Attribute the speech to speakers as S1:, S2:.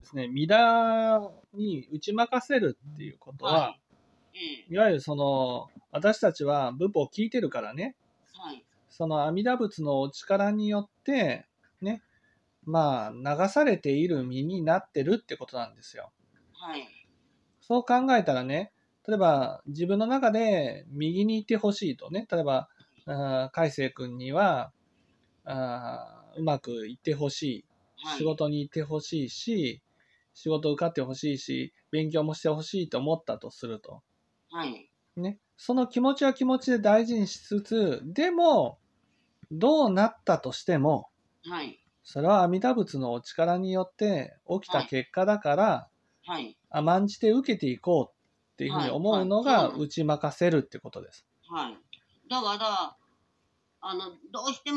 S1: ですね、ミダに打ち負かせるっていうことは、
S2: はえ
S1: いわゆるその、私たちは仏法を聞いてるからね、
S2: えはい。
S1: その阿弥陀仏のお力によって、ね、まあ、流されている身になってるってことなんですよ。
S2: はい。
S1: そう考えたらね、例えば自分の中で右にいてほしいとね、例えば、あー海星君には、あーうまくいってほしい、
S2: はい。
S1: 仕事に行ってほしいし、仕事受かってほしいし、勉強もしてほしいと思ったとすると。
S2: はい。
S1: ね、その気持ちは気持ちで大事にしつつ、でも、どうなったとしても、
S2: はい。
S1: それは阿弥陀仏のお力によって起きた結果だから、
S2: はい。
S1: 甘んじて受けていこうっていうふうに思うの
S2: はい
S1: が
S2: はいそうなん
S1: 打ち負かせるってことです。
S2: はい。だから、あの、どうしても